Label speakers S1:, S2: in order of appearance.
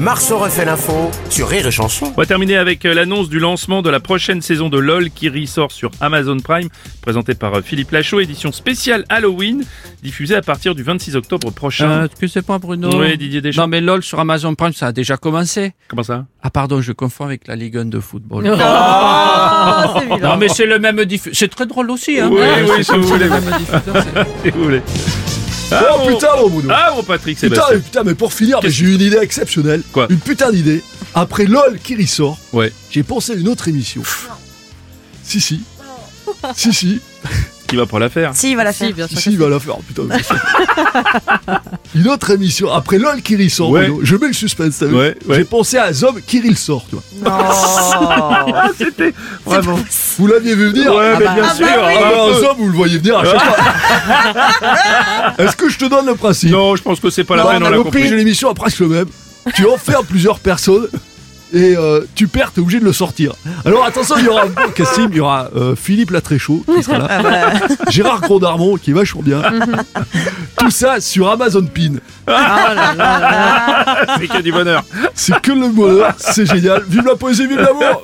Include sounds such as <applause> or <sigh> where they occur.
S1: Marceau refait l'info sur Rire et Chanson.
S2: On va terminer avec euh, l'annonce du lancement de la prochaine saison de LOL qui ressort sur Amazon Prime, présentée par euh, Philippe Lachaud, édition spéciale Halloween, diffusée à partir du 26 octobre prochain.
S3: Euh, Est-ce que c'est pas Bruno
S2: Oui, Didier Deschamps.
S3: Non, mais LOL sur Amazon Prime, ça a déjà commencé.
S2: Comment ça
S3: Ah, pardon, je confonds avec la Ligue 1 de football.
S4: Oh, c'est vilain.
S3: Non, Ah, mais c'est le même diffuseur. C'est très drôle aussi, hein.
S2: Oui,
S3: Ouais,
S2: oui,
S3: c'est
S2: si vous
S3: tous
S2: voulez.
S3: les mêmes diffuseurs, c'est-
S2: Si vous voulez. Ah,
S5: Oh
S2: mon-
S5: putain, mon Bruno
S2: Ah, mon Patrick
S5: Putain,
S2: Sébastien
S5: mais putain, mais pour finir, mais j'ai eu une idée exceptionnelle.
S2: Quoi
S5: Une putain d'idée. Après LOL qui ressort,
S2: Ouais,
S5: j'ai pensé à une autre émission. Si, si.
S3: <laughs>
S5: Si, si.
S2: qui va pas la faire
S4: Si, il va la faire.
S6: Si, bien
S5: Si,
S6: sûr.
S5: si, il va la faire. Putain, bien sûr. <laughs> Une autre émission. Après LOL qui ressort,
S2: Ouais.
S5: Bruno, je mets le suspense. t'as vu
S2: Ouais, ouais.
S5: J'ai pensé à Zob qui ressort, tu vois.
S6: <laughs>
S4: Non.
S2: Ah, c'était vraiment.
S5: Vous l'aviez vu venir
S2: Ouais, mais
S3: bah.
S2: bien
S3: Ah
S2: sûr.
S5: Ah,
S2: un
S5: bah,
S2: peu.
S5: Zob, vous le voyez venir
S2: <laughs>
S5: à chaque fois. Est-ce que je te donne le principe
S2: Non, je pense que c'est pas la
S5: Non,
S2: peine, on l'a
S5: le pitch
S2: compris.
S5: de l'émission est presque le même. Tu enfermes plusieurs personnes et euh, tu perds, t'es obligé de le sortir. Alors attention, il y aura un bon casting, il y aura euh, Philippe Latréchaud qui sera
S2: Ah,
S5: là, Gérard Grondarmon qui est vachement bien. Tout ça sur Amazon Pin.
S2: C'est que du bonheur.
S5: C'est que le bonheur, c'est génial. Vive la poésie, vive l'amour